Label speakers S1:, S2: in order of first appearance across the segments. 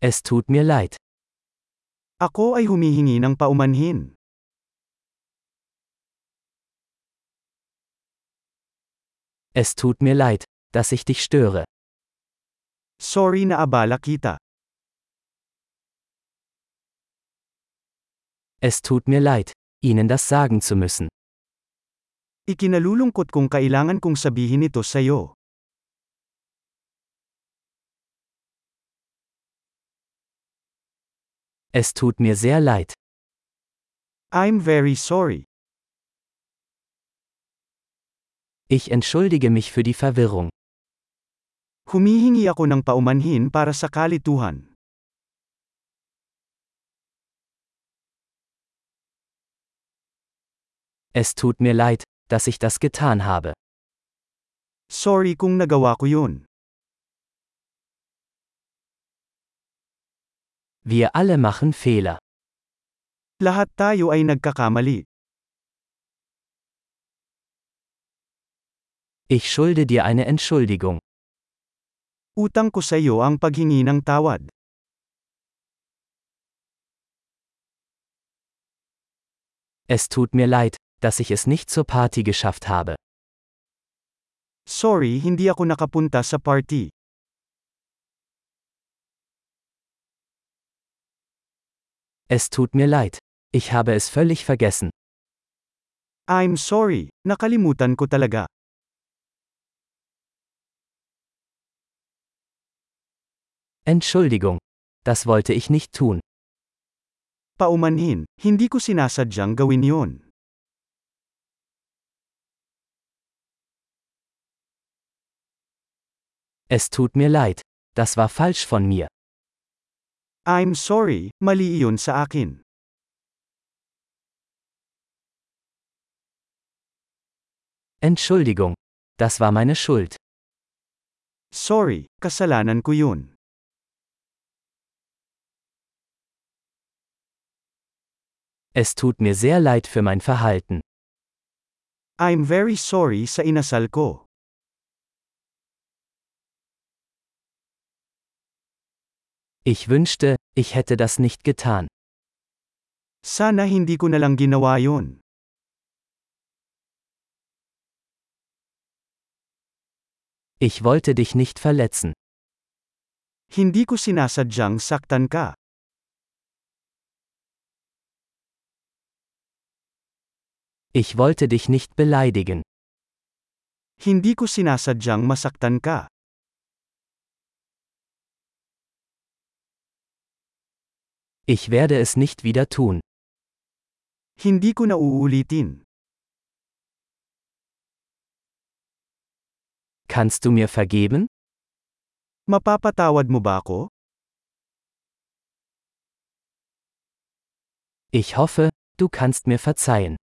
S1: Es tut mir leid.
S2: Ako ay humihingi ng paumanhin.
S1: Es tut mir leid, dass ich dich störe.
S2: Sorry na abala kita.
S1: Es tut mir leid, Ihnen das sagen zu müssen.
S2: Ikinalulungkot kung kailangan kong sabihin ito sa'yo.
S1: Es tut mir sehr leid.
S2: I'm very sorry.
S1: Ich entschuldige mich für die Verwirrung.
S2: Humihingi ako ng paumanhin para sa kalituhan.
S1: Es tut mir leid, dass ich das getan habe.
S2: Sorry kung nagawa ko yun.
S1: Wir alle machen Fehler.
S2: Lahat tayo ay nagkakamali.
S1: Ich schulde dir eine Entschuldigung.
S2: Utang ko sa iyo ang paghingi ng tawad.
S1: Es tut mir leid, dass ich es nicht zur Party geschafft habe.
S2: Sorry hindi ako nakapunta sa party.
S1: Es tut mir leid. Ich habe es völlig vergessen.
S2: I'm sorry, nakalimutan ko talaga.
S1: Entschuldigung. Das wollte ich nicht tun.
S2: Paumanhin, hindi ko sinasadyang gawin yon.
S1: Es tut mir leid. Das war falsch von mir.
S2: I'm sorry, mali iyon sa akin.
S1: Entschuldigung. Das war meine Schuld.
S2: Sorry, kasalanan ko yun.
S1: Es tut mir sehr leid für mein Verhalten.
S2: I'm very sorry sa inasal ko.
S1: Ich wünschte, ich hätte das nicht getan.
S2: Sana hindi ko na lang ginawa yon.
S1: Ich wollte dich nicht verletzen.
S2: Hindi ko sinasadyang saktan ka.
S1: Ich wollte dich nicht beleidigen.
S2: Hindi ko sinasadyang masaktan ka.
S1: Ich werde es nicht wieder tun.
S2: Hindi ko na uulitin.
S1: Kannst du mir vergeben?
S2: Mapapatawad mo ba ako?
S1: Ich hoffe, du kannst mir verzeihen.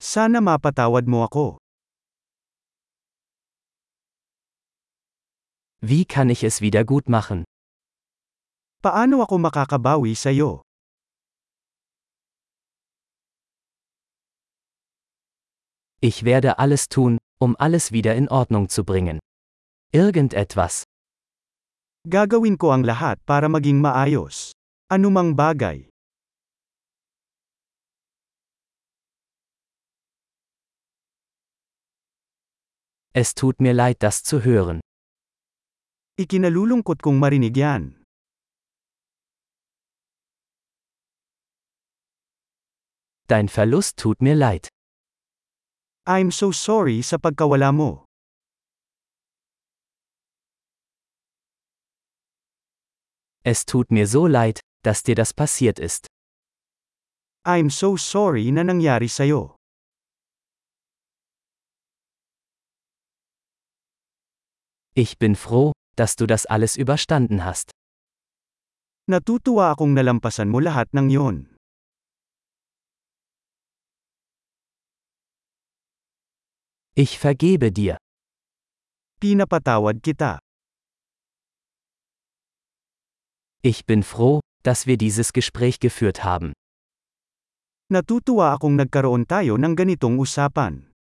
S2: Sana mapatawad mo ako.
S1: Wie kann ich es wieder gut machen?
S2: Paano ako makakabawi sa iyo?
S1: Ich werde alles tun, um alles wieder in Ordnung zu bringen. Irgendetwas.
S2: Gagawin ko ang lahat para maging maayos. Anumang bagay.
S1: Es tut mir leid, das zu hören.
S2: Ikinalulungkot kong marinig yan.
S1: Dein Verlust tut mir leid.
S2: I'm so sorry sa pagkawala mo.
S1: Es tut mir so leid, dass dir das passiert ist.
S2: I'm so sorry na nangyari sa'yo.
S1: Ich bin froh, dass du das alles überstanden hast.
S2: Natutuwa akong nalampasan mo lahat ng yon.
S1: Ich vergebe dir.
S2: Pinapatawad kita.
S1: Ich bin froh, dass wir dieses Gespräch geführt haben.
S2: Natutuwa akong nagkaroon tayo ng ganitong usapan.